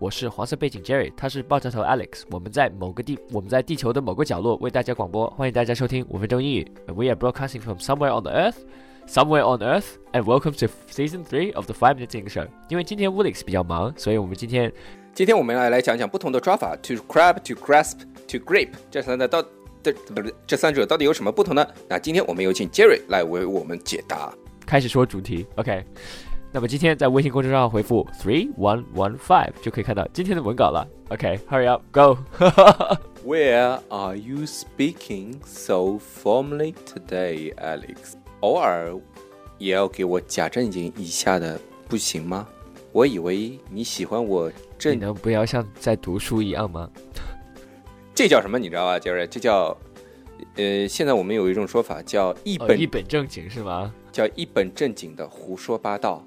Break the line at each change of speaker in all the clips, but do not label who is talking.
我是黄色背景 Jerry，他是爆炸头 Alex。我们在某个地，我们在地球的某个角落为大家广播，欢迎大家收听五分钟英语。We are broadcasting from somewhere on the earth, somewhere on earth, and welcome to season three of the Five Minutes English Show。因为今天 Woolix 比较忙，所以我们今天
今天我们要来讲讲不同的抓法，to grab、to grasp、to grip 这三个到这不是这三者到底有什么不同呢？那今天我们有请 Jerry 来为我们解答。
开始说主题，OK。那么今天在微信公众号回复 three one one five 就可以看到今天的文稿了。OK，hurry、up, go
Where are you speaking so formally today, Alex？偶尔也要给我假正经一下的，不行吗？我以为你喜欢我
你
正，
能不要像在读书一样吗？
这叫什么？你知道吧，Jerry？这叫，呃，现在我们有一种说法叫一
哦，
本、
一本正经是吗
叫一本正经的胡说八道。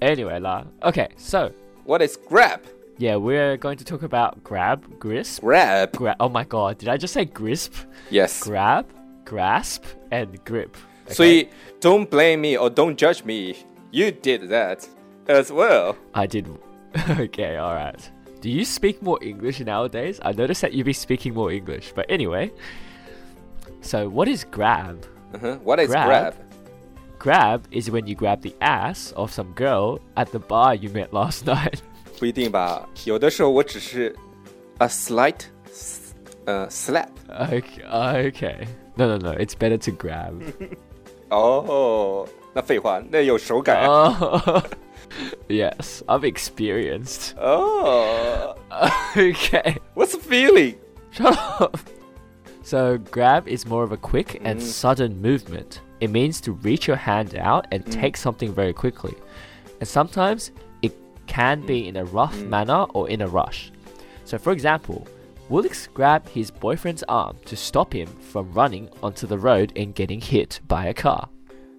？Anyway 啦，OK，so、
What is grab?
Yeah, we're going to talk about grab, grisp,
Grab.
grab. Oh my god, did I just say grisp?
Yes.
Grab, grasp, and grip. Okay.
所以 don't blame me or don't judge me. You did that as well.
I did. okay, all right. Do you speak more English nowadays? I noticed that you be speaking more English. But anyway, so what is grab?
嗯哼 What is grab?
Grab? Grab is when you grab the ass of some girl at the bar you met last night.
不一定吧，有的时候我只是 a slight s- 呃 slap.
okay, okay. No, no, no. It's better to grab.
哦，那废话，那有手感。
Oh, yes, I'm experienced.
哦
okay.
，What's feeling?
Shut up. So, grab is more of a quick
Mm.
and sudden movement. It means to reach your hand out
Mm.
and take something very quickly. And sometimes it can be in a rough
Mm.
manner or in a rush. So, for example, Woolix grabbed his boyfriend's arm to stop him from running onto the road and getting hit by a car.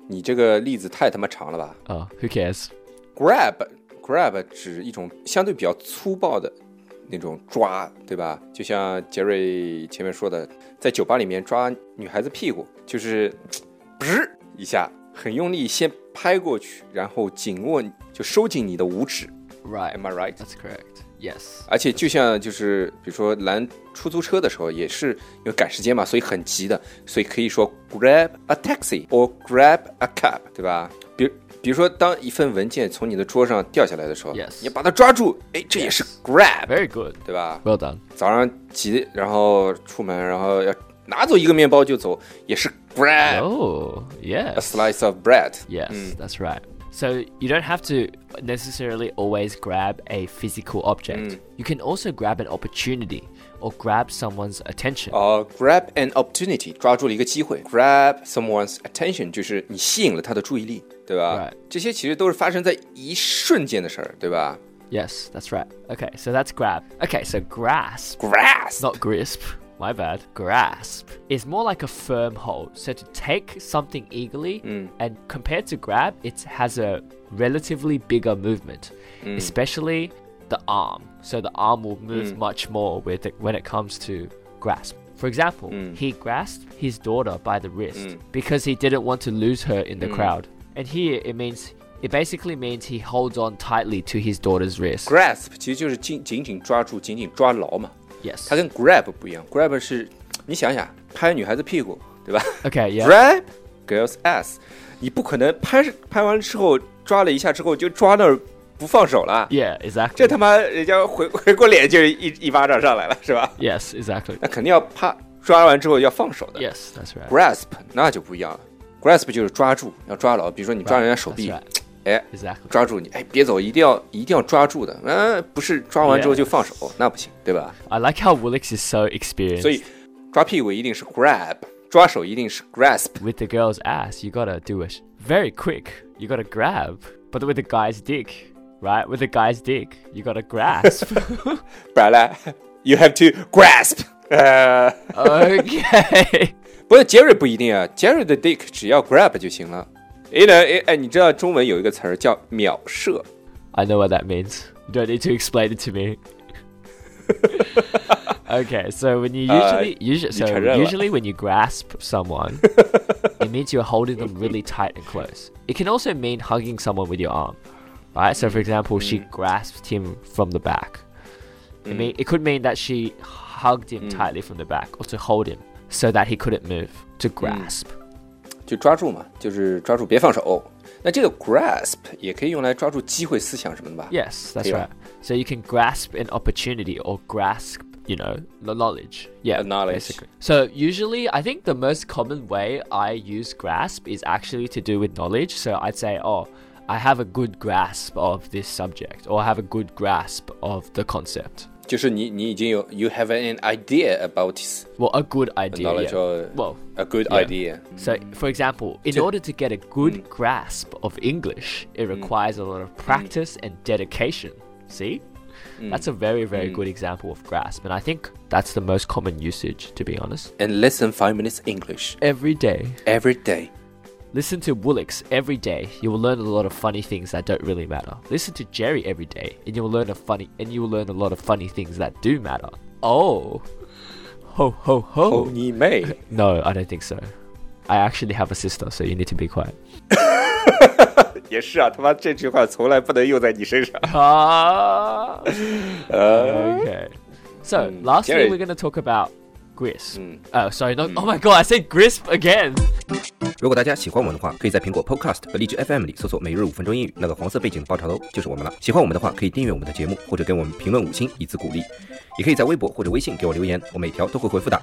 你这个例子太他妈长了吧
Oh, who cares?
？Grab grab 指一种相对比较粗暴的那种抓，对吧？就像杰瑞前面说的，在酒吧里面抓女孩子屁股，就是噗一下，很用力先拍过去，然后紧握就收紧你的五指
Right.
，Am I right？
That's correct. Yes.
而且就像就是比如说拦出租车的时候，也是因为赶时间嘛，所以很急的，所以可以说 grab a taxi or grab a cab，对吧？比如比如说当一份文件从你的桌上掉下来的时候
Yes
你把它抓住，哎，这也是 grab，、
Very good.
对吧？
Well done.
早上急，然后出门，然后要拿走一个面包就走，也是 grab、
Oh,
a
yes.
slice of bread。
Yes,
嗯
that's right. So you don't have to necessarily always grab a physical object. You can also grab an opportunity or grab someone's attention.
哦、g r a b an opportunity，抓住了一个机会；grab someone's attention，就是你吸引了他的注意力，对吧
Right.
这些其实都是发生在一瞬间的事儿，对吧
Yes, that's right. Okay, so that's grab. Okay, so grasp,
？Grasp，
not grisp. My bad. Grasp is more like a firm hold. So to take something eagerly, and compared to grab, it has a relatively bigger movement, especially the arm. So the arm will move much more with it when it comes to grasp. For example, he grasped his daughter by the wrist because he didn't want to lose her in the crowd. And here it means it basically means he holds on tightly to his daughter's wrist.
grasp 其实就是紧紧紧抓住，紧紧抓牢嘛。
yes.
它跟 grab 不一样，grab 是，你想想，拍女孩子屁股，对 吧
Okay, yeah.
grab girl's ass，你不可能拍拍完之后抓了一下之后就抓那儿不放手了
Yeah, exactly.
这他妈人家回回过脸就一一巴掌上来了，是吧？
Yes, exactly.
那肯定要啪抓完之后要放手的。
Yes, that's right.
grasp 那就不一样了，grasp 就是抓住，要抓牢。比如说你抓人家手臂
That's，right.
哎，
Exactly.
抓住你，哎，别走，一定要一定要抓住的，嗯、不是抓完之后就放手那不行，对吧？
I like how Woolix is so experienced.
所以抓屁股一定是 grab，grab 抓手一定是 grasp。
With the girl's ass, you gotta do it very quick. You gotta grab. But with the guy's dick, right? With the guy's dick, you gotta grasp.
不然嘞，you have to grasp。呃，
okay.
不过 Jerry 不一定啊，Jerry 的 dick 只要 grab 就行了。哎呢，哎哎，你知道中文有一个词儿叫秒射，
I know what that means. You don't need to explain it to me. okay, so when you
Uh,
usually usually so
Nicaragua.
usually when you grasp someone, it means you're holding them really tight and close. It can also mean hugging someone with your arm. Right? So for example, she grasped him from the back. It mean it could mean that she hugged him tightly from the back or to hold him so that he couldn't move. To grasp.
就抓住嘛，就是抓住，别放手。那这个 grasp 也可以用来抓住机会、思想什么的吧
Yes, that's
Yeah.
right. So you can grasp an opportunity or grasp, you know, the knowledge. Yeah,
The knowledge.
So usually, I think the most common way I use grasp is actually to do with knowledge. So I'd say, oh, I have a good grasp of this subject, or I have a good grasp of the concept.
就是你你已经有 you have an idea about this
Well, a good idea.
knowledge
yeah.
or
Well,
a good
Yeah.
idea。
So, for example, in order to get a good grasp of English, it requires a lot of practice and dedication. See? That's a very, very good example of grasp. And I think that's the most common usage, to be honest.
And listen five minutes English
Every day.
every day。
Listen to Woolix every day. You will learn a lot of funny things that don't really matter. Listen to Jerry every day, and you'll learn a funny and you will learn a lot of funny things that do matter. Oh. Ho ho ho.
哦，你妹！
No, I don't think so. I actually have a sister, so you need to be quiet.
也是啊，他妈这句话从来不能用在你身上。
Ah.
呃
okay. So,
Hmm.
lastly,
Jerry. Hmm.
we're going to talk about Grisp. Oh, sorry. Not, Oh my god, I said Grisp again.
如果大家喜欢我们的话，可以在苹果 Podcast 和荔枝 FM 里搜索“每日五分钟英语”，那个黄色背景的爆炒头就是我们了。喜欢我们的话，可以订阅我们的节目，或者给我们评论五星以资鼓励。也可以在微博或者微信给我留言，我每条都会回复的。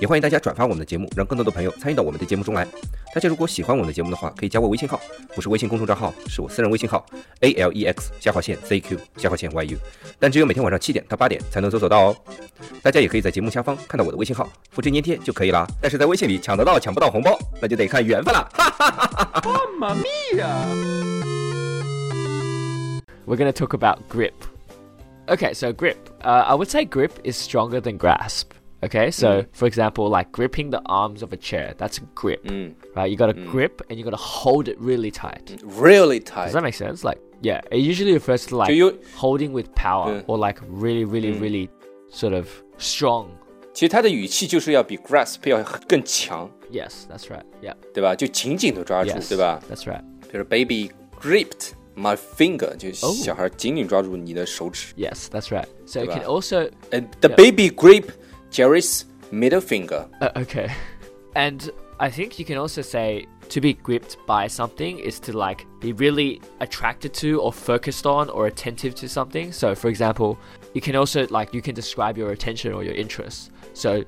也欢迎大家转发我们的节目，让更多的朋友参与到我们的节目中来。大家如果喜欢我们的节目的话，可以加我微信号，不是微信公众账号，是我私人微信号 a l e x 下划线 z q 下划线 y u，但只有每天晚上七点到八点才能搜索到哦。大家也可以在节目下方看到我的微信号，复制粘贴就可以啦。但是在微信里抢得到抢不到红包，那就得看缘分啦。
We're going to talk about grip. Okay, so grip. Uh, I would say grip is stronger than grasp. Okay, so
Hmm.
for example, like gripping the arms of a chair, that's a grip,
Hmm.
right? You got to grip and you got to hold it really tight.
Really
Does
tight，
that make sense? Like, yeah, it usually refers to like
Do you-
holding with power
Yeah. Hmm.
or like really, really, really sort of strong.
其实他的语气就是要比 grasp 要更强，
Yes, that's right. Yeah.
对吧？就紧紧的抓住
Yes,
对吧？
That's right.
比如 baby gripped my finger，就是
Oh
小孩紧紧抓住你的手指。
Yes, that's right. So it
Right.
can also
And the baby gripped Jerry's middle finger。
uh, okay, and I think you can also say to be gripped by something is to like be really attracted to or focused on or attentive to something. So for example, you can also like you can describe your attention or your interest. So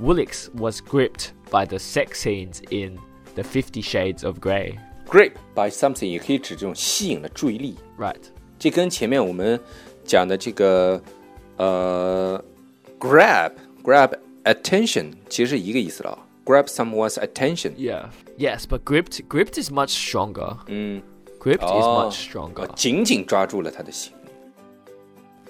Woolix was gripped by the sex scenes in the Fifty Shades of Grey.
grip by something 也可以指这种吸引了注意力。
Right.
这跟前面我们讲的这个呃 grab grab attention 其实是一个意思了啊。grab someone's attention，
Yeah. Yes, but gripped gripped is much stronger. Gripped is
哦
much stronger.
紧紧抓住了他的心。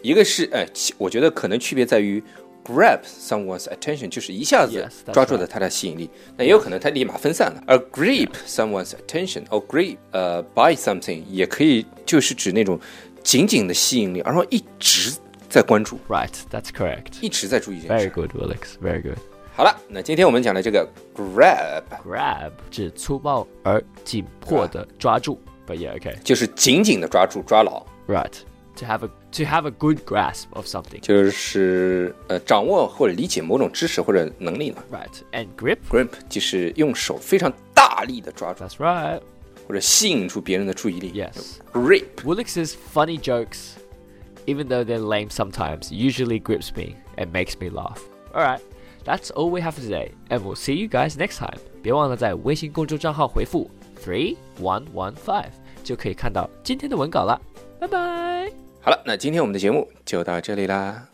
一个是哎，其我觉得可能区别在于 grab someone's attention，就是一下子
Yes, that's
抓住了他的吸引力。那也有可能他立马分散了。而 grip someone's attention or grip 呃 by something 也可以就是指那种紧紧的吸引力，然后一直在关注，
Right, that's correct.
一直在注意这件
Very
事。
good, Willix. Very good.
好了，那今天我们讲的这个 grab
Grab Oh. 指粗暴而紧迫的抓住. But yeah, okay.
就是紧紧的抓住、抓牢，
Right. To have a to have a good grasp of something.
就是呃掌握或者理解某种知识或者能力呢。
Right. And grip.
grip 就是用手非常大力的抓住，
That's right.
或者吸引住别人的注意力。
Yes.
grip
Woolix's funny jokes, even though they're lame sometimes, usually grips me and makes me laugh. Alright, that's all we have for today, and we'll see you guys next time. 别忘了在微信公众账号回复 three one one five 就可以看到今天的文稿了。拜拜。
好了，那今天我们的节目就到这里啦。